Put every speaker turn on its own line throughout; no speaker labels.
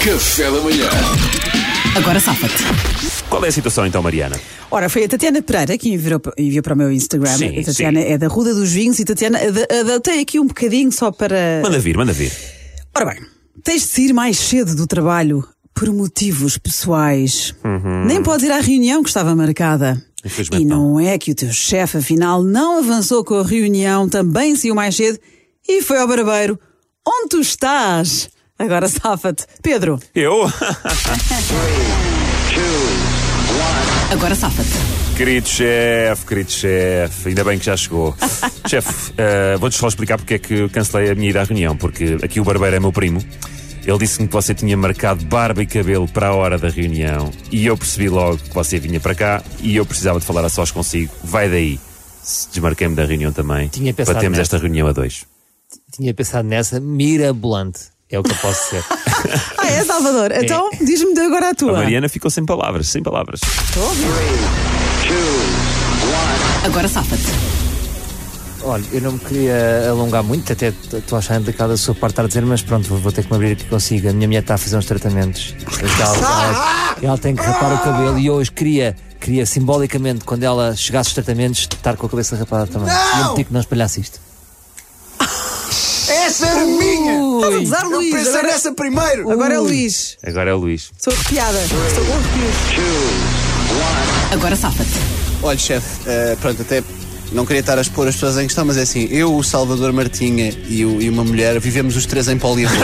Café da manhã.
Agora safa-te.
Qual é a situação então, Mariana?
Ora, foi a Tatiana Pereira que enviou, enviou para o meu Instagram.
Sim,
a Tatiana
sim.
é da Ruda dos Vinhos e Tatiana, ad- adaptei aqui um bocadinho só para.
Manda vir, manda vir.
Ora bem, tens de sair mais cedo do trabalho por motivos pessoais. Nem podes ir à reunião que estava marcada.
Infelizmente
E Uhum. não é que o teu chefe, afinal, não avançou com a reunião, também saiu mais cedo e foi ao barbeiro. Onde tu estás? Agora safa-te. Pedro.
Eu?
Agora safa-te.
querido chefe, querido chefe, ainda bem que já chegou. chefe, eh, vou-te só explicar porque é que eu cancelei a minha ida à reunião, porque aqui o barbeiro é meu primo. Ele disse-me que você tinha marcado barba e cabelo para a hora da reunião e eu percebi logo que você vinha para cá e eu precisava de falar a sós consigo. Vai daí. Se Desmarquei-me da reunião também.
Tinha pensado
Batemos
nessa.
esta reunião a dois.
Tinha pensado nessa, mirabolante. É o que eu posso dizer.
Ah, é Salvador. Então, diz-me de agora a
A
tua.
Mariana ficou sem palavras, sem palavras.
Agora safa-te.
Olha, eu não me queria alongar muito, até t- estou a achar delicado a sua parte estar a dizer, mas pronto, vou- vou ter que me abrir aqui consigo. A minha mulher está a fazer uns tratamentos. Ela, ela- ela tem que rapar o cabelo e hoje queria, queria simbolicamente, quando ela chegasse aos tratamentos, estar com a cabeça rapada também. E eu pedi que não espalhasse isto.
Essa era minha!
Estás a gozar,
Eu
Luís?
pensei
Agora, é
nessa primeiro!
agora é o Luís.
Agora é o Luís.
Estou arrepiada. Estou com arrepios. Agora safa-te.
Olha, chefe, eh, pronto, até não queria estar a expor as pessoas em questão, mas é assim: eu, o Salvador Martinha e, o- e uma mulher vivemos os três em poliamor.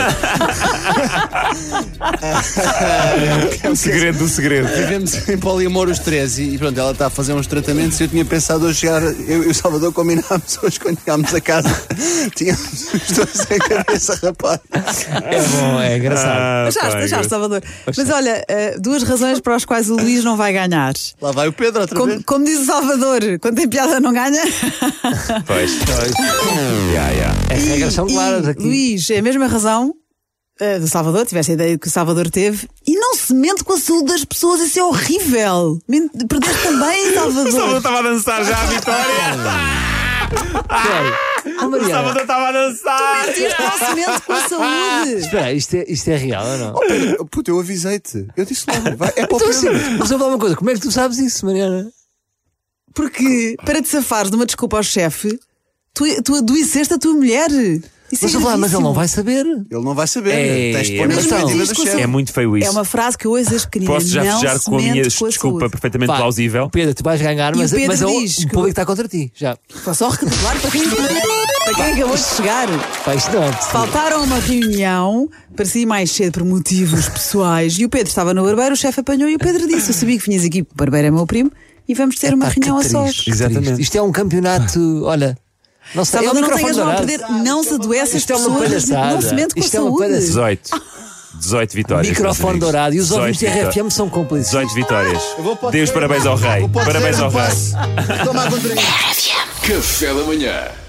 É
O segredo do segredo.
vivemos em poliamor os três e, e pronto, ela está a fazer uns tratamentos e eu tinha pensado hoje chegar. Eu e o Salvador combinámos hoje quando chegámos a casa, tínhamos os dois a cabeça rapada.
É bom, é engraçado.
Ah,
Achaste,
pá,
achaste,
engraçado.
Salvador. Mas olha, eh, duas razões para as quais o Luís não vai ganhar.
Lá vai o Pedro outra vez.
Como, como diz o Salvador, quando tem piada não ganha.
Pois. Ya, ya.
As regras É, são
E,
claras aqui.
Luís, é a mesma razão eh, do Salvador, tiveste a ideia que o Salvador teve. E não se mente com a saúde das pessoas, isso é horrível. Mente- Perdeste também,
O Salvador
Salvador.
estava a dançar já a vitória.
Oh,
O
Mariana,
Salvador estava a dançar.
Mentiste, não se mente com a saúde.
espera, isto é, isto é real ou não?
Pedro, Puto, eu avisei-te. Eu disse logo, vai, é para o
Então, assim,
Pedro.
mas eu vou falar uma coisa, como é que tu sabes isso, Mariana?
Porque para te safares de uma desculpa ao chefe, tu, tu adoeceste a tua mulher. Isso
Mas,
é
eu vou falar, mas ele não
gravíssimo.
vai saber.
Ele não vai saber.
Ei,
Tens de pôr
é
na
verdade.
perspectiva
Diz
do
que o
chefe.
seu-
É muito feio isso.
É uma frase que eu ouço desde pequenina.
Posso já
não
festejar
se
com a minha
mente com a
desculpa
saúde.
perfeitamente
Vá.
plausível.
Pedro, tu vais ganhar,
E o
mas,
Pedro
mas é o-
diz que-
o público está contra ti. Já.
Vou só recapitular para quem, é para quem é acabou de chegar.
Pá, isto não é possível.
Faltaram a uma reunião, parecia mais cedo por motivos pessoais, e o Pedro estava no barbeiro, o chefe apanhou e o Pedro disse: Eu sabia que vinhas aqui, o barbeiro é meu primo, e vamos ter uma
Pá, Ah, que
reunião a
triste,
sós.
que
Exatamente.
triste. Isto é um campeonato, olha. Não sei, é um
Salvador, não
microfone
tenhas mão a
dourado.
perder, não se adoece as
Isto é uma
pessoas,
palhaçada.
não se mente com a
Isto é uma
saúde.
palhaçada.
18. 18 vitórias. meus
Microfone
amigos.
dourado. E os
18
ouvintes de
vitó-
RFM são cúmplices.
18 vitórias.
vou para o
Deus,
terceiro.
parabéns ao um rei.
Vou para o
Parabéns ao
terceiro
rei.
passo. Toma a contra mim.
Café da manhã.